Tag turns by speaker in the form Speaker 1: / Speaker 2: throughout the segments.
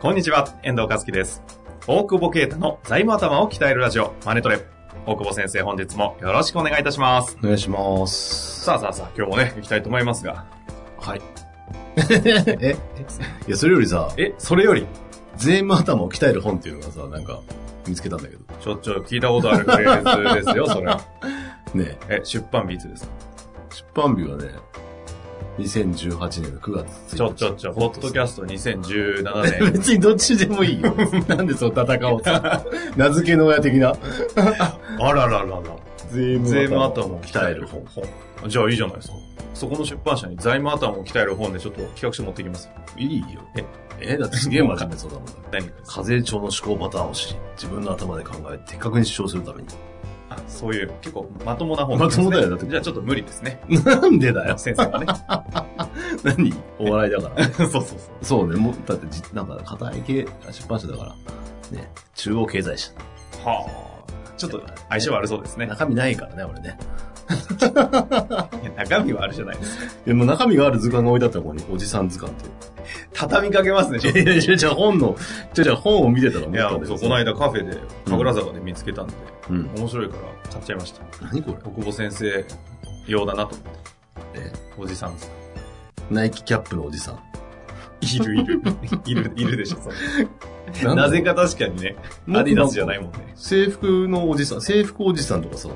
Speaker 1: こんにちは、遠藤和樹です。大久保啓太の財務頭を鍛えるラジオ、マネトレ。大久保先生、本日もよろしくお願いいたします。
Speaker 2: お願いします。
Speaker 1: さあさあさあ、今日もね、行きたいと思いますが。
Speaker 2: はい。 え、いや、それよりさ、
Speaker 1: え、それより、
Speaker 2: 税務頭を鍛える本っていうのがさ、なんか、見つけたんだけど。
Speaker 1: ちょっちょ聞いたことあるフレーズですよ、それは。
Speaker 2: ね
Speaker 1: え、出版日いつですか
Speaker 2: 出版日はね、2018年の9月1日。
Speaker 1: ちょちょちょ、ポッドキャスト2017年。
Speaker 2: 別にどっちでもい いよ。なんでそう戦おうさ。名付けの親的な。
Speaker 1: あらららら。財
Speaker 2: 税
Speaker 1: 務
Speaker 2: 務頭
Speaker 1: 頭
Speaker 2: を
Speaker 1: を鍛
Speaker 2: 鍛
Speaker 1: え
Speaker 2: え
Speaker 1: る
Speaker 2: る
Speaker 1: 本
Speaker 2: 本。。
Speaker 1: じゃあいいじゃないですか。そこの出版社に財務頭を鍛える本でちょっと企画書持ってきます。
Speaker 2: いいよ。
Speaker 1: え
Speaker 2: え、え、だってすげえ真面目そうだもんね。
Speaker 1: 何かです
Speaker 2: 課税庁の思考パターンを知り、自分の頭で考え、的確に主張するために。
Speaker 1: あ、そういう、結構まともな本ですね
Speaker 2: まともだよだって
Speaker 1: じゃあちょっと無理ですね。
Speaker 2: なんでだよ。
Speaker 1: 先生がね。
Speaker 2: 何お笑いだから。
Speaker 1: そうそうそう。
Speaker 2: そうね、もう、だってじ、なんか、硬い系、出版社だから、ね、中央経済社。
Speaker 1: はあ。ちょっと相性悪そうですね。
Speaker 2: 中身ないからね、俺ね。
Speaker 1: いや 中身はあるじゃないですか。
Speaker 2: でも中身がある図鑑が置いてあったとこに、おじさん図鑑って。
Speaker 1: 畳みかけますね、ちょっと。
Speaker 2: いやいや、じゃあ本の、じゃあじゃあ本を見てたら思っ
Speaker 1: いや、
Speaker 2: たんだ
Speaker 1: そう
Speaker 2: よ。
Speaker 1: この間カフェで、神楽坂で見つけたんで、
Speaker 2: うん。
Speaker 1: 面白いから買っちゃいました。
Speaker 2: 何これ
Speaker 1: 小久保先生用だなと思って。
Speaker 2: え
Speaker 1: おじさんです。
Speaker 2: ナイキキャップのおじさん。
Speaker 1: いる いる。いる、いるでしょ、それ なぜか確かにね、アディダスじゃない
Speaker 2: ん。
Speaker 1: もんね。
Speaker 2: 制服のおじさん、制服おじさんとかさ、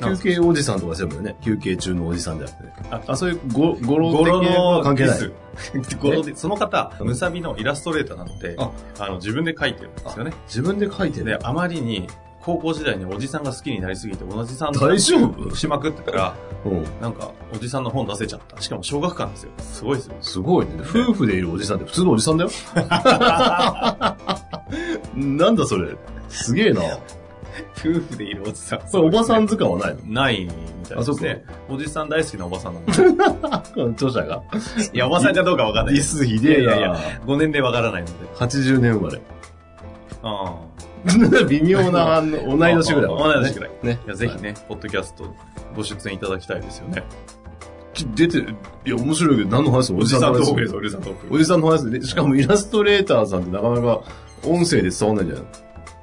Speaker 1: なん
Speaker 2: 休
Speaker 1: か
Speaker 2: 憩おじさんとかしてるもんね。休憩中のおじさんじゃなくてね。
Speaker 1: あ
Speaker 2: あ、そういうご、ごろ
Speaker 1: 語呂の
Speaker 2: 関係ない。
Speaker 1: ミ ス語呂で、その方、ムサビのイラストレーターなので、あ
Speaker 2: あ
Speaker 1: の、自分で描いてるんですよね。
Speaker 2: 自分で書いて
Speaker 1: で
Speaker 2: ね、。
Speaker 1: あまりに、高校時代におじさんが好きになりすぎて、おじさんと
Speaker 2: 大丈夫
Speaker 1: しまくってたら、
Speaker 2: うん。
Speaker 1: なんか、おじさんの本出せちゃった。しかも小学館ですよ。すごいですよ。
Speaker 2: すごいね。夫婦でいるおじさんって普通のおじさん だよ。なんだそれ。すげえな。
Speaker 1: 夫婦でいるおじさん。
Speaker 2: これおばさん図鑑はない
Speaker 1: ないみたいで
Speaker 2: あそ
Speaker 1: す
Speaker 2: うか
Speaker 1: ね。おじさん大好きなおばさん なんで。
Speaker 2: の著者が。
Speaker 1: いや、おばさんかどうかわかんない
Speaker 2: リ
Speaker 1: です。
Speaker 2: スひでえ
Speaker 1: い
Speaker 2: な。
Speaker 1: やいやご年齢わからないので。
Speaker 2: 80年生
Speaker 1: あ
Speaker 2: ま れ。微妙な反応、 同い年ぐらい。
Speaker 1: まあまあ同い年ぐらい。
Speaker 2: ね
Speaker 1: あ。いや、ぜひね、ポッドキャストご出演いただきたいですよね。
Speaker 2: ひ。出てる、いや、面白いけど、何の話
Speaker 1: おじさんトークです、
Speaker 2: お
Speaker 1: お
Speaker 2: じ
Speaker 1: じ
Speaker 2: さ
Speaker 1: さ
Speaker 2: ん
Speaker 1: んト
Speaker 2: トー
Speaker 1: ーク。
Speaker 2: ク。おじさんの話で、しかもイラストレーターさんってなかなか音声で伝わんないじゃない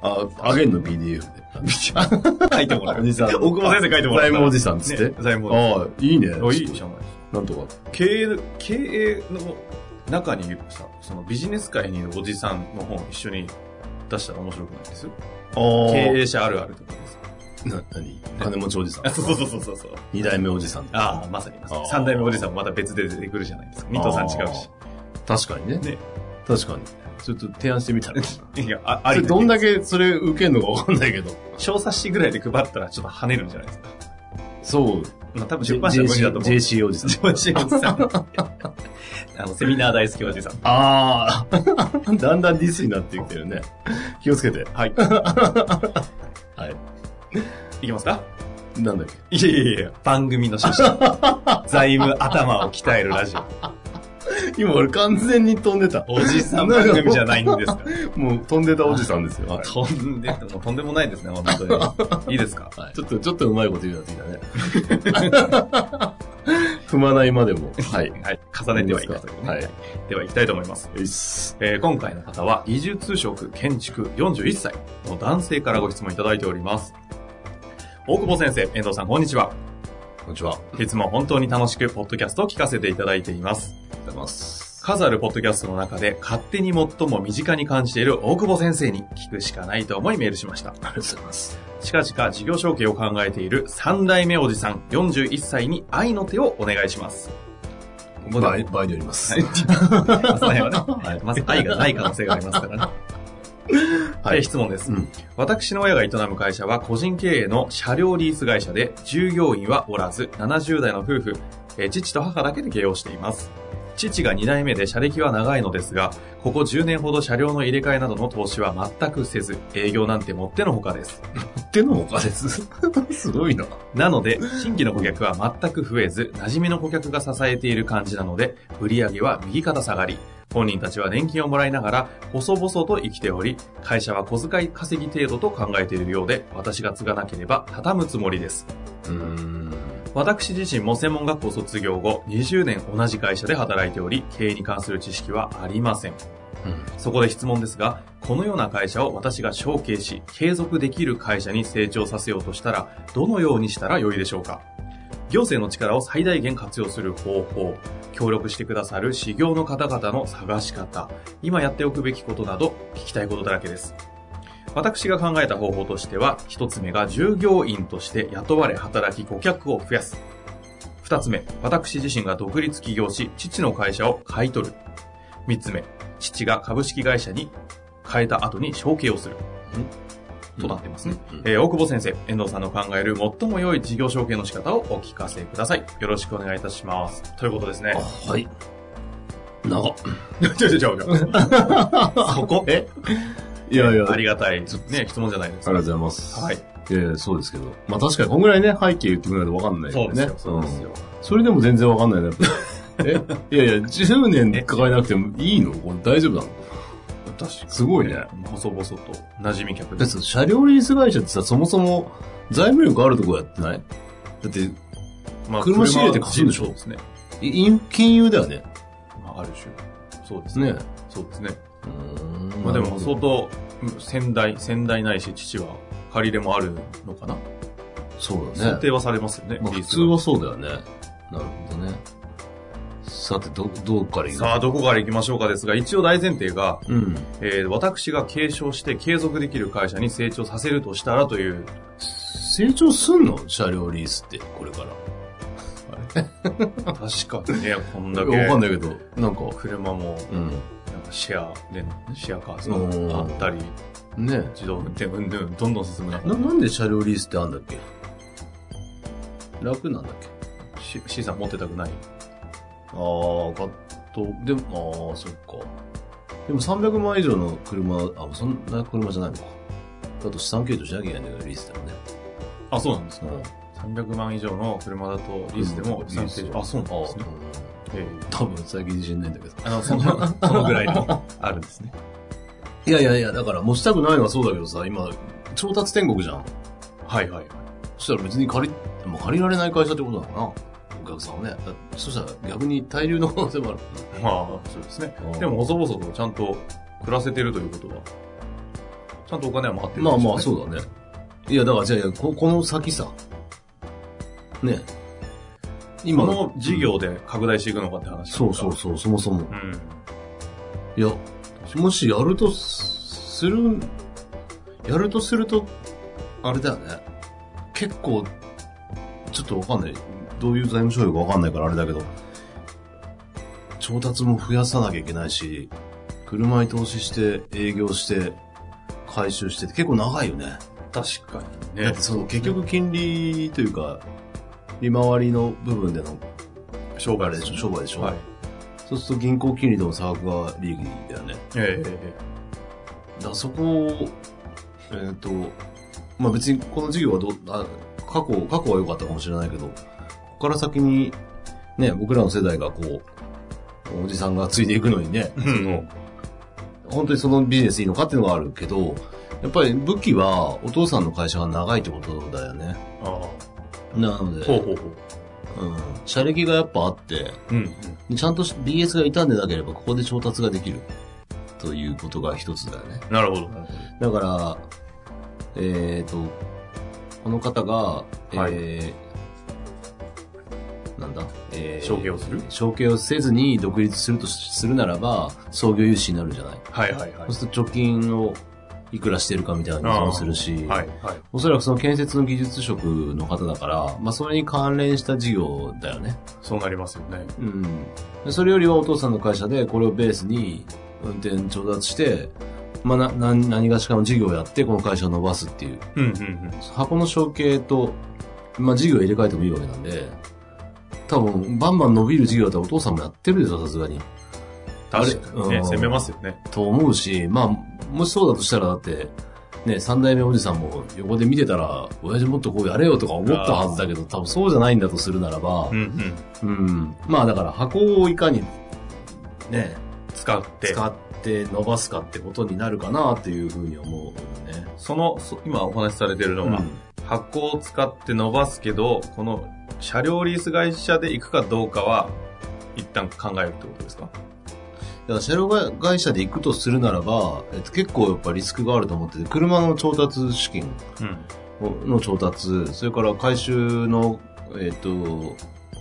Speaker 2: あ、あげんの PDF で。
Speaker 1: 書いてもらう。
Speaker 2: おじさん
Speaker 1: 大久保先生書いてもらう。
Speaker 2: 財務おじさんっつって
Speaker 1: ね。財務おじさん。
Speaker 2: ああ、いいね。
Speaker 1: あいいじゃない
Speaker 2: なんとか。
Speaker 1: 経営の、経営の中にいるさ、そのビジネス界にいるおじさんの本一緒に出したら面白くないです
Speaker 2: ああ。
Speaker 1: 経営者あるあるとかでさ。
Speaker 2: な、なに金持ちおじさん
Speaker 1: あ。そうそうそうそうそう。
Speaker 2: 二代目おじさん。
Speaker 1: ああ、まさにまさ
Speaker 2: あ
Speaker 1: に。
Speaker 2: ー
Speaker 1: 三代目おじさんもまた別で出てくるじゃないですか。二と三違うし。
Speaker 2: 確かにね。
Speaker 1: ね
Speaker 2: 確かに。ちょっと提案してみたら。そ
Speaker 1: いや、ああり
Speaker 2: れどんだ
Speaker 1: け
Speaker 2: けそれ受けんのかわかんないけど。
Speaker 1: 小冊子ぐらいで配ったらちょっと跳ねるんじゃないですか。
Speaker 2: そう。
Speaker 1: まあ多分出
Speaker 2: J-
Speaker 1: 版社は無理だと
Speaker 2: JC
Speaker 1: 思う。
Speaker 2: JC おじさん。
Speaker 1: JC おじさん。 あの、セミナー大好きおじさん。
Speaker 2: ああ。 だんだんディスになってきてるね。気をつけて。
Speaker 1: はい。
Speaker 2: はい。
Speaker 1: いきますか
Speaker 2: なんだっけ。
Speaker 1: いやいやいや、番組の趣旨。財務頭を鍛えるラジオ。
Speaker 2: 今俺完全に飛んでた。
Speaker 1: おじさん番組じゃないんですか。
Speaker 2: もう飛んでたおじさんですよ。はい
Speaker 1: とんで、もうとんでもないですね、本当 に。いいですか
Speaker 2: はいちょっと、ちょっとうまいこと言うようになって きたね。踏まないまでも。はい。
Speaker 1: はい。重ねてはいきましたけどね。
Speaker 2: はい。よ
Speaker 1: では行きたいと思います。
Speaker 2: いっす
Speaker 1: えー今回の方は、移住通職建築41歳の男性からご質問いただいております。大久保先生、遠藤さん、こんにちは。
Speaker 2: こんにちは。あり
Speaker 1: いつも本当に楽しく、ポッドキャストを聞かせていただいています。
Speaker 2: がとうございます。
Speaker 1: 数あるポッドキャストの中で、勝手に最も身近に感じている大久保先生に聞くしかないと思いメールしました。
Speaker 2: ありがとうございます。
Speaker 1: 近々事業承継を考えている三代目おじさん41歳に愛の手をお願いします。
Speaker 2: 場合、場合によります。
Speaker 1: はい。まず愛はね、まず愛がない可能性がありますからね。
Speaker 2: はい
Speaker 1: えー質問です、
Speaker 2: うん
Speaker 1: 私の親が営む会社は個人経営の車両リース会社で、従業員はおらず、70代の夫婦、えー父と母だけで経営をしています。父が2代目で車歴は長いのですが、ここ10年ほど車両の入れ替えなどの投資は全くせず、営業なんてもってのほかです。
Speaker 2: ってのほかです。 すごいな。
Speaker 1: なので、新規の顧客は全く増えず、馴染みの顧客が支えている感じなので、売り上げは右肩下がり、本人たちは年金をもらいながら、細々と生きており、会社は小遣い稼ぎ程度と考えているようで、私が継がなければ畳むつもりです。
Speaker 2: うーん。
Speaker 1: 私自身も専門学校卒業後、20年同じ会社で働いており、経営に関する知識はありません。そこで質問ですが、このような会社を私が承継し、継続できる会社に成長させようとしたら、どのようにしたらよいでしょうか行政の力を最大限活用する方法、協力してくださる修行の方々の探し方、今やっておくべきことなど、聞きたいことだらけです。私が考えた方法としては、一つ目が従業員として雇われ働き顧客を増やす。二つ目、私自身が独立起業し、父の会社を買い取る。三つ目、父が株式会社に変えた後に承継をする。となってますね。
Speaker 2: うん
Speaker 1: えー大久保先生、遠藤さんの考える最も良い事業承継の仕方をお聞かせください。よろしくお願いいたします。ということですね。
Speaker 2: あはい。長っ。
Speaker 1: ちょちょちょち ょ。そこえ
Speaker 2: いやいや、あ
Speaker 1: あ
Speaker 2: り
Speaker 1: りがたい。ね、質問じゃないですか。
Speaker 2: がとうございます。
Speaker 1: はい。。
Speaker 2: いやいや、そうですけど。まあ確かに、こんぐらいね、背景言ってくれないとわかんない
Speaker 1: そうですよ。
Speaker 2: ね。
Speaker 1: そうですよ。
Speaker 2: うんそれでも全然わかんない ね。やっぱりえいやいや、10年抱えなくてもいいのこれ大丈夫なの
Speaker 1: 確かに。
Speaker 2: すごいね。
Speaker 1: 細々と、馴染み客
Speaker 2: だって。車両リース会社ってさ、そもそも財務力あるとこやってないだって、
Speaker 1: ま
Speaker 2: 車仕入れて貸すんでしょ
Speaker 1: そうですね。
Speaker 2: い金融だよね。
Speaker 1: まあ、ある種。そうですね。
Speaker 2: ね。
Speaker 1: そうですね。
Speaker 2: うーん
Speaker 1: まあでも、
Speaker 2: そ
Speaker 1: 相当、うん先代、先代ないし、父は、借り入れもあるのかな。
Speaker 2: そうだ
Speaker 1: 想
Speaker 2: ね。
Speaker 1: 定はされますよね。
Speaker 2: まあ、
Speaker 1: リ
Speaker 2: 普
Speaker 1: ース
Speaker 2: 通はそうだよね。なるほどね。さて、ど、どうからいく
Speaker 1: さあ、どこから行きましょうかですが、一応大前提が、
Speaker 2: うん。
Speaker 1: えー私が継承して継続できる会社に成長させるとしたらという、
Speaker 2: 成長すんの車両リースって、これから。
Speaker 1: 確かに ね、こんだ
Speaker 2: わ
Speaker 1: け
Speaker 2: かんないけど、なんか、
Speaker 1: 車も
Speaker 2: うん。
Speaker 1: なんかシェアで、シェアカ
Speaker 2: う
Speaker 1: ー
Speaker 2: ん
Speaker 1: があったり、
Speaker 2: ね
Speaker 1: 自動運転、うんぬん、どんどん進むな。
Speaker 2: な、なんで車両リースってあんだっけ楽なんだっけ
Speaker 1: し資産持ってたくない。
Speaker 2: ああ、ガット、でも、ああ、そっか。でも300万以上の車、あ、そんな車じゃないのか。だと資産計上しなきゃいけないんだよ、リースだよね。
Speaker 1: あ、そうなんです
Speaker 2: う
Speaker 1: か。
Speaker 2: ん。
Speaker 1: 300万以上の車だとリースでも
Speaker 2: うん
Speaker 1: 資産計上。あ、そうなんですね。
Speaker 2: あ
Speaker 1: え
Speaker 2: ー多分最近自信ないんだけど。
Speaker 1: ーあの、その、そのぐらいの、あるんですね。
Speaker 2: いやいやいや、だから持ちたくないのはそうだけどさ、今、調達天国じゃん。
Speaker 1: はいはい。
Speaker 2: そしたら別に借り、もう借りられない会社ってことなのかな。お客さんはね。だそしたら逆に滞留の可能性もある。
Speaker 1: まあ、そうですね。
Speaker 2: うん
Speaker 1: でも、細々とちゃんと暮らせてるということは、ちゃんとお金は回ってるんです
Speaker 2: ま
Speaker 1: よ
Speaker 2: あ
Speaker 1: ね
Speaker 2: まあ、そうだね。いや、だからじゃあいやこ、この先さ。ね。
Speaker 1: 今
Speaker 2: 今
Speaker 1: の事業で拡大していくのかって話
Speaker 2: そうそうそう、そもそも
Speaker 1: う。ん。
Speaker 2: いや、もしやるとす、する、やるとすると、あれだよね。結構、ちょっとわかんない。どういう財務省用かわかんないからあれだけど、調達も増やさなきゃいけないし、車に投資して、営業して、回収してって結構長いよね。
Speaker 1: 確かにね
Speaker 2: だって。その結局金利というか、利回りの部分での
Speaker 1: 商
Speaker 2: あ
Speaker 1: 売
Speaker 2: れ
Speaker 1: で
Speaker 2: でし
Speaker 1: し
Speaker 2: ょ、
Speaker 1: ょ。
Speaker 2: 商売でしょ。
Speaker 1: はい。
Speaker 2: そうすると銀行金利との差額が利益だよね。
Speaker 1: ええ
Speaker 2: だからそこを、えっ、と、まあ別にこの事業はどうあ過去、過去は良かったかもしれないけど、ここから先に、ね、僕らの世代がこう、おじさんがついていくのにね、その本当にそのビジネスいいのかっていうのがあるけど、やっぱり武器はお父さんの会社が長いってことだよね。
Speaker 1: ああ。ほ
Speaker 2: なので、
Speaker 1: うほうほ
Speaker 2: うん、車歴がやっぱあって、
Speaker 1: う。うん。
Speaker 2: でちゃんと BS が傷んでなければここで調達ができる。ということが一つだよね。
Speaker 1: なるほど。
Speaker 2: だから、えっ、と、この方が、えー
Speaker 1: はい
Speaker 2: なんだ、えー
Speaker 1: 承継をする
Speaker 2: 承継をせずに独立するとしするならば、創業融資になるじゃない。
Speaker 1: はいはいはい
Speaker 2: そう。すると貯金をいくらしてるかみたいなのもするし、
Speaker 1: はいはい。
Speaker 2: おそらくその建設の技術職の方だから、まあそれに関連した事業だよね。
Speaker 1: そうなりますよね。
Speaker 2: うん。でそれよりはお父さんの会社でこれをベースに運転調達して、まあな、な何がしかの事業をやってこの会社を伸ばすっていう。
Speaker 1: うんうんうん。
Speaker 2: 箱の承継と、まあ、事業入れ替えてもいいわけなんで、多分、バンバン伸びる事業だったらお父さんもやってるでしょ、さすがに。
Speaker 1: 確かに
Speaker 2: う
Speaker 1: ね、
Speaker 2: ん
Speaker 1: 攻めますよね。
Speaker 2: と思うし、まあ、もしそうだとしたらだって、ね、三代目おじさんも横で見てたら、親父もっとこうやれよとか思ったはずだけど、多分そうじゃないんだとするならば
Speaker 1: うん、うん。
Speaker 2: うん。まあだから箱をいかに、ね、
Speaker 1: 使って。
Speaker 2: 使って伸ばすかってことになるかなっていうふうに思うよね。
Speaker 1: その、そ今お話しされてるの
Speaker 2: う
Speaker 1: は、
Speaker 2: ん
Speaker 1: 箱を使って伸ばすけど、この車両リース会社で行くかどうかは、一旦考えるってことですか
Speaker 2: だから車両が会社で行くとするならば、えっと、結構やっぱリスクがあると思ってて、車の調達資金
Speaker 1: うん。
Speaker 2: の調達、それから回収の、えっと、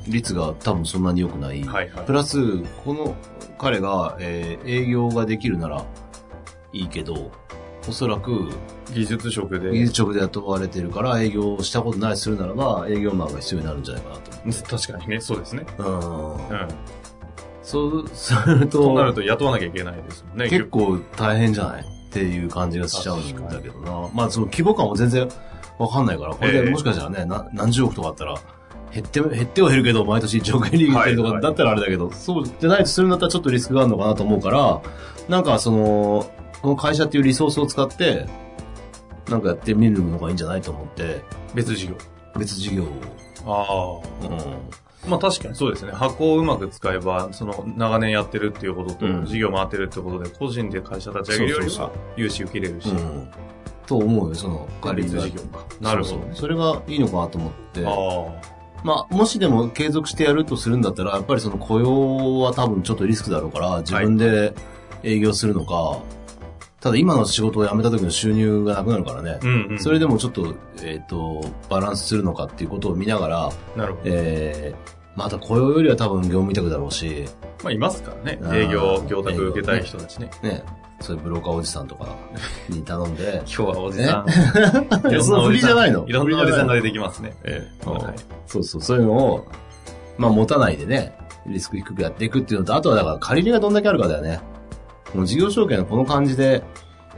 Speaker 2: 率が多分そんなに良くない。
Speaker 1: はいはい
Speaker 2: プ。ラス、この彼が、えー営業ができるならいいけど、おそらく
Speaker 1: 技術職で。
Speaker 2: 技術職で雇われてるから営業をしたことないするならば営業マンが必要になるんじゃないかなと。
Speaker 1: 確かにね、そうですね。
Speaker 2: うん
Speaker 1: うん。
Speaker 2: そう すると、
Speaker 1: となると雇わなきゃいけないですもんね。
Speaker 2: 結構大変じゃないっていう感じがしちゃうんだけどな。まあその規模感も全然わかんないから、これ
Speaker 1: ええ
Speaker 2: でもしかしたらね、な何十億とかあったら、減って、減っては減るけど、毎年1億円リーグってると
Speaker 1: はいは
Speaker 2: か
Speaker 1: い
Speaker 2: だったらあれだけど、そうじゃないとするんだったらちょっとリスクがあるのかなと思うから、なんかその、この会社っていうリソースを使って、なんかやってみるのがいいんじゃないと思って、
Speaker 1: 別事業。
Speaker 2: 別事業を、
Speaker 1: あ
Speaker 2: うん、
Speaker 1: あ。まあ確かにそうですね。箱をうまく使えば、その長年やってるっていうことと、
Speaker 2: うん
Speaker 1: 事業回ってるってことで、個人で会社立ち上げるより
Speaker 2: そう
Speaker 1: は
Speaker 2: そ
Speaker 1: 融資受けれるし、
Speaker 2: うん、と思うよ、その、
Speaker 1: 別事業か。なるほど
Speaker 2: そう
Speaker 1: ね
Speaker 2: そう。それがいいのかなと思って。
Speaker 1: あ
Speaker 2: まあ、もしでも継続してやるとするんだったら、やっぱりその雇用は多分ちょっとリスクだろうから、自分で営業するのか、ただ今の仕事を辞めた時の収入がなくなるからね
Speaker 1: あ。、うん、うん。
Speaker 2: それでもちょっと、えっ、と、バランスするのかっていうことを見ながら、
Speaker 1: なるほど。
Speaker 2: えー、また雇用よりは多分業務委託だろうし、
Speaker 1: まあいますからね
Speaker 2: あ。ー
Speaker 1: 営業、業託受けたい人たちね。、
Speaker 2: ね、そういうブローカーおじさんとかに頼んで
Speaker 1: 今日はおじ さん。
Speaker 2: いやその振りじゃないの
Speaker 1: いろんなおじさんが
Speaker 2: 振
Speaker 1: 出てきますね。ええ
Speaker 2: うん
Speaker 1: はい
Speaker 2: そうそう、そういうのを、まあ持たないでね、リスク低くやっていくっていうのと、あとはだから借り入れがどんだけあるかだよね。もう事業証券のこの感じで、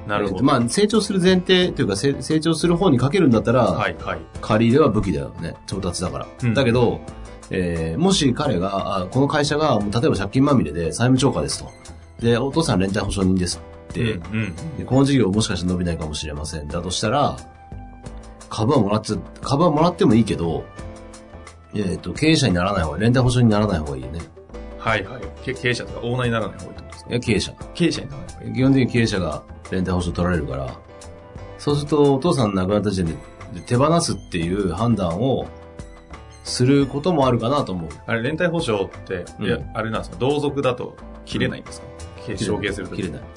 Speaker 1: なるほ
Speaker 2: え
Speaker 1: ど。
Speaker 2: ーまあ成長する前提というか、せ成長する方にかけるんだったら、
Speaker 1: はい、はい。
Speaker 2: 借り入れは武器だよね。調達だから。
Speaker 1: うん
Speaker 2: だけど、えーもし彼が、あこの会社が、もう例えば借金まみれで債務超過ですと。で、お父さん連帯保証人ですって、
Speaker 1: うんうん。
Speaker 2: でこの事業もしかして伸びないかもしれません。だとしたら、株はもらっちゃ、株はもらってもいいけど、えっ、と、経営者にならない方がいい。連帯保証にならない方がいいよね。
Speaker 1: はい、はい。け経営者とかオーナーにならない方がいいってことです
Speaker 2: い
Speaker 1: ね。
Speaker 2: や、経営者。
Speaker 1: 経営者にならない方がいい。
Speaker 2: 基本的に経営者が連帯保証取られるから、そうするとお父さん亡くなった時点でで手放すっていう判断をすることもあるかなと思う。
Speaker 1: あれ、連帯保証って、
Speaker 2: うん
Speaker 1: いや、あれなんですか、同族だと切れないんですか経承継するとき
Speaker 2: 切れない。だ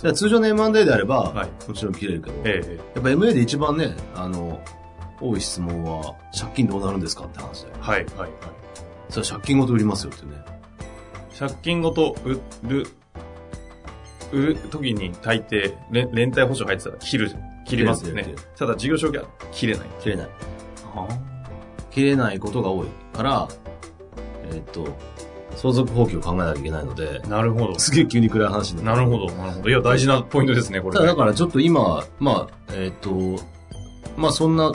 Speaker 2: から通常の M&A であれば、
Speaker 1: はい
Speaker 2: もちろん切れるけど、
Speaker 1: えええ
Speaker 2: やっぱ MA で一番ね、あの、多い質問は、借金どうなるんですかって話だよ
Speaker 1: え。はい、はい、はい。
Speaker 2: それは借金ごと売りますよってね。
Speaker 1: 借金ごと売る、売るときに大抵、連連帯保証入ってたら切るじゃん。切りますよ
Speaker 2: 切
Speaker 1: ね
Speaker 2: れる切。
Speaker 1: ただ、事業承継は切れない。
Speaker 2: 切れない。切れないことが多いから、えっと、相続放棄を考えなきゃいけないので、
Speaker 1: なるほど。
Speaker 2: すげえ急に暗い話になる
Speaker 1: なるほど、なるほど。いや、大事なポイントですね、これ
Speaker 2: た
Speaker 1: ね。
Speaker 2: だだからちょっと今、まあ、えっ、と、まあそんな、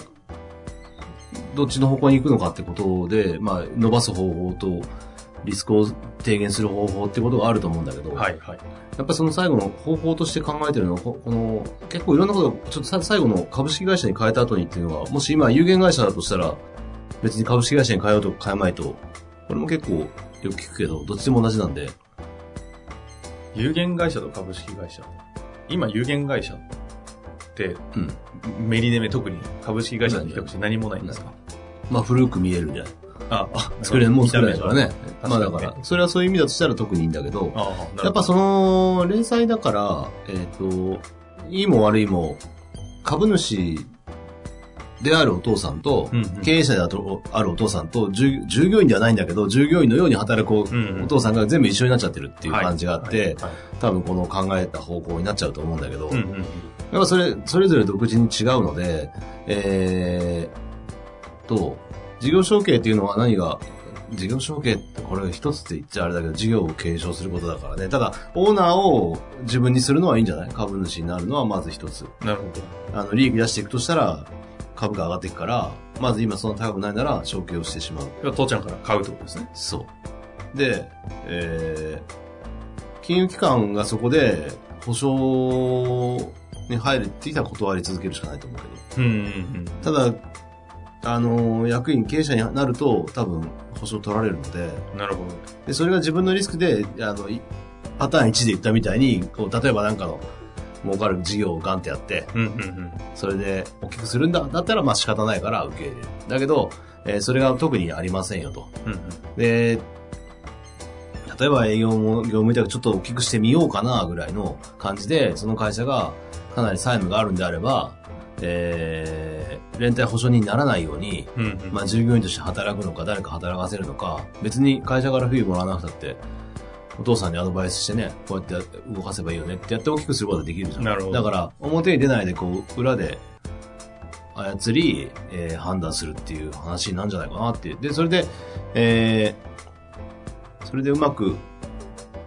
Speaker 2: どっちの方向に行くのかってことで、まあ伸ばす方法とリスクを低減する方法ってことがあると思うんだけど、
Speaker 1: はい、はい。
Speaker 2: やっぱその最後の方法として考えてるのは、ここの、結構いろんなことを、ちょっとさ最後の株式会社に変えた後にっていうのは、もし今有限会社だとしたら、別に株式会社に変えようと変えまいと、これも結構よく聞くけど、どっちでも同じなんで、
Speaker 1: 有限会社と株式会社。今、有限会社って、
Speaker 2: うん
Speaker 1: メリデメ特に株式会社に比較して何もないんですか
Speaker 2: まあ古く見えるんじゃない
Speaker 1: あ、あ、
Speaker 2: 作れ、もう作れないからね。
Speaker 1: 見た目
Speaker 2: まあ
Speaker 1: は
Speaker 2: だから、それはそういう意味だとしたら特にいいんだけど、
Speaker 1: ああ、なるほど
Speaker 2: やっぱその、連載だから、えっ、と、いいも悪いも、株主であるお父さんと
Speaker 1: うんうん、
Speaker 2: 経営者であるおあるお父さんと、従従業員ではないんだけど、従業員のように働くお
Speaker 1: うんうん
Speaker 2: お父さんが全部一緒になっちゃってるっていう感じがあっ
Speaker 1: はい
Speaker 2: て、
Speaker 1: はい
Speaker 2: 多分この考えた方向になっちゃうと思うんだけど、
Speaker 1: うんう
Speaker 2: やっ
Speaker 1: んうん
Speaker 2: ぱそれ、それぞれ独自に違うので、えー、と、事業承継っていうのは何が、事業承継ってこれ一つって言っちゃあれだけど、事業を継承することだからね。ただ、オーナーを自分にするのはいいんじゃない株主になるのはまず一つ。
Speaker 1: なるほど。
Speaker 2: あの、利益出していくとしたら、株価上がっていくから、まず今そんな高くないなら承継をしてしまう。
Speaker 1: 要は父ちゃんから買うってことですね。
Speaker 2: そう。で、えー金融機関がそこで保証に入るって言ったら断り続けるしかないと思うけど。
Speaker 1: うんうん
Speaker 2: ただ、あのー役員、経営者になると多分保証取られるので、
Speaker 1: うん。なるほど。
Speaker 2: でそれが自分のリスクで、あの、いパターン1で言ったみたいに、こう例えばなんかの儲かる事業をガンってやって、
Speaker 1: うんうんうん。
Speaker 2: それで大きくするんだ、だったらまあ仕方ないから受け入れる。だけど、えーそれが特にありませんよと。
Speaker 1: うんうん
Speaker 2: で、例えば営業も、業務委託ちょっと大きくしてみようかな、ぐらいの感じで、その会社がかなり債務があるんであれば、えー、連帯保証人にならないように、
Speaker 1: うんうん。
Speaker 2: まあ、従業員として働くのか、誰か働かせるのか、別に会社からフィーもらわなくたって、お父さんにアドバイスしてね、こうやって動かせばいいよねってやって大きくすることができるじゃん。
Speaker 1: なるほど
Speaker 2: だから、表に出ないで、こう、裏で操り、えー判断するっていう話なんじゃないかなっていう。で、それで、えーそれでうまく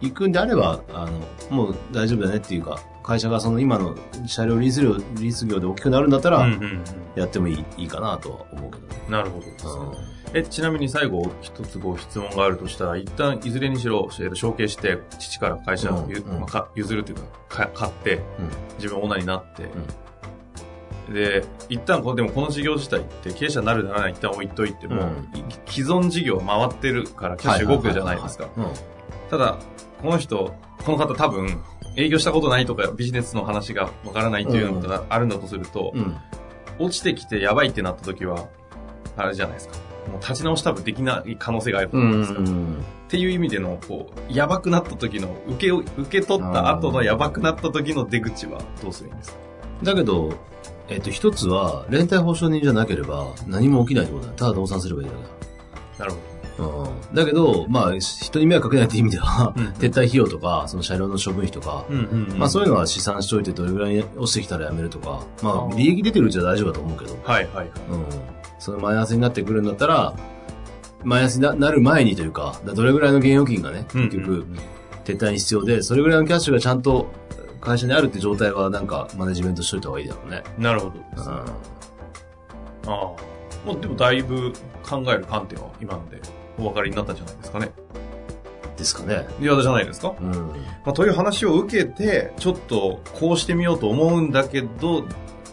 Speaker 2: 行くんであれば、あの、もう大丈夫だねっていうか、会社がその今の車両リース料、リース業で大きくなるんだったら、
Speaker 1: うんうん
Speaker 2: やってもいいいいかなとは思うけどね。
Speaker 1: うん。なるほどですね。え、ちなみに最後、一つご質問があるとしたら、一旦、いずれにしろ、えーと承継して、父から会社をゆ、
Speaker 2: うんうん
Speaker 1: まあか譲るというか、か買って、
Speaker 2: うん
Speaker 1: 自分オーナーになって、で、一旦こ、でもこの事業自体って、経営者になるならない一旦置いといても、
Speaker 2: うん
Speaker 1: い既存事業回ってるから、キャッシュ動くじゃないですか。。ただ、この人、この方多分、営業したことないとか、ビジネスの話がわからないというのがあるんだとすると、
Speaker 2: うん。
Speaker 1: 落ちてきてやばいってなった時は、あれじゃないですか。もう立ち直し多分できない可能性があると
Speaker 2: う
Speaker 1: 思うん
Speaker 2: ん
Speaker 1: ですよ。っていう意味での、こう、やばくなった時の、受けを、受け取った後のやばくなった時の出口はどうすればいいんですか
Speaker 2: だけど、えっと、一つは、連帯保証人じゃなければ、何も起きないってことだよ。ただ倒産すればいいだけ
Speaker 1: な
Speaker 2: だ。
Speaker 1: るほ
Speaker 2: うん。だけど、まあ、人に迷惑かけないって意味では、
Speaker 1: うん
Speaker 2: 撤退費用とか、その車両の処分費とか、
Speaker 1: ど。うんうん、
Speaker 2: まあそう
Speaker 1: れ
Speaker 2: いうのは試算しといてどれぐらい落ちてきたらやめるとか、ま
Speaker 1: あ
Speaker 2: あ
Speaker 1: ー
Speaker 2: 利益出てるうちは大丈夫だと思うけど、
Speaker 1: はいはいはい。
Speaker 2: うん。そのマイナスになってくるんだったら、マイナスにななる前にというか、だからどれぐらいの現預金がね、結
Speaker 1: う
Speaker 2: 局、
Speaker 1: んうん
Speaker 2: 撤退に必要で、それぐらいのキャッシュがちゃんと会社にあるって状態はなんかマネジメントしといた方がいいだろうね。
Speaker 1: うんなるほどで
Speaker 2: う
Speaker 1: す。あ
Speaker 2: ん
Speaker 1: あ。もうでもだいぶ考える観点は今のでお分かりになったんじゃないですかね。
Speaker 2: ですかね。
Speaker 1: いや、じゃないですか
Speaker 2: うん。
Speaker 1: まあ、という話を受けて、ちょっとこうしてみようと思うんだけど、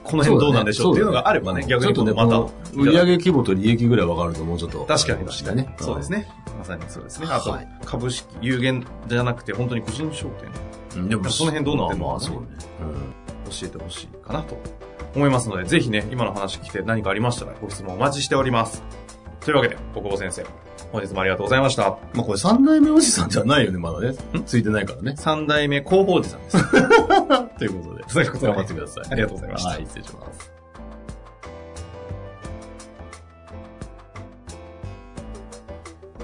Speaker 1: この辺どうなんでしょうっていうのがあればね、逆に
Speaker 2: ちょっとね、
Speaker 1: ま
Speaker 2: ま
Speaker 1: た
Speaker 2: た。売上規模と利益ぐらい分かるともうちょっと。
Speaker 1: 確かに確かに。そうです
Speaker 2: ね。
Speaker 1: ね。まさにそうですね。あと
Speaker 2: はい、
Speaker 1: 株式、有限じゃなくて、本当に個人商店
Speaker 2: うんで
Speaker 1: でもその辺どうなってんの
Speaker 2: まあまあそうね。
Speaker 1: 教えてほしいかなと思いますので、ぜひね、今の話聞いて何かありましたら、ご質問お待ちしております。というわけで、小久保先生、本日もありがとうございました。
Speaker 2: まあこれ三代目おじさんじゃないよね、まだね。ついてないからね。
Speaker 1: 三代目広報寺さんです。
Speaker 2: ということで。
Speaker 1: そう いうことで
Speaker 2: 頑張ってください。
Speaker 1: ありがとうございました
Speaker 2: はい、失礼します。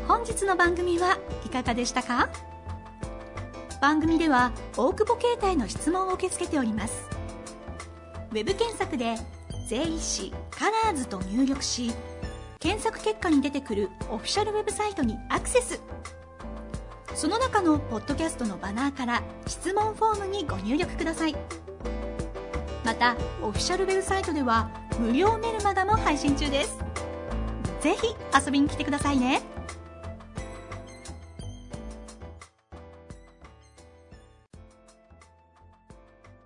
Speaker 3: 本日の番組はいかがでしたか番組では大久保携帯の質問を受け付けておりますウェブ検索で「税理士カラーズと入力し検索結果に出てくるオフィシャルウェブサイトにアクセスその中のポッドキャストのバナーから質問フォームにご入力くださいまたオフィシャルウェブサイトでは無料メルマガも配信中ですぜひ遊びに来てくださいね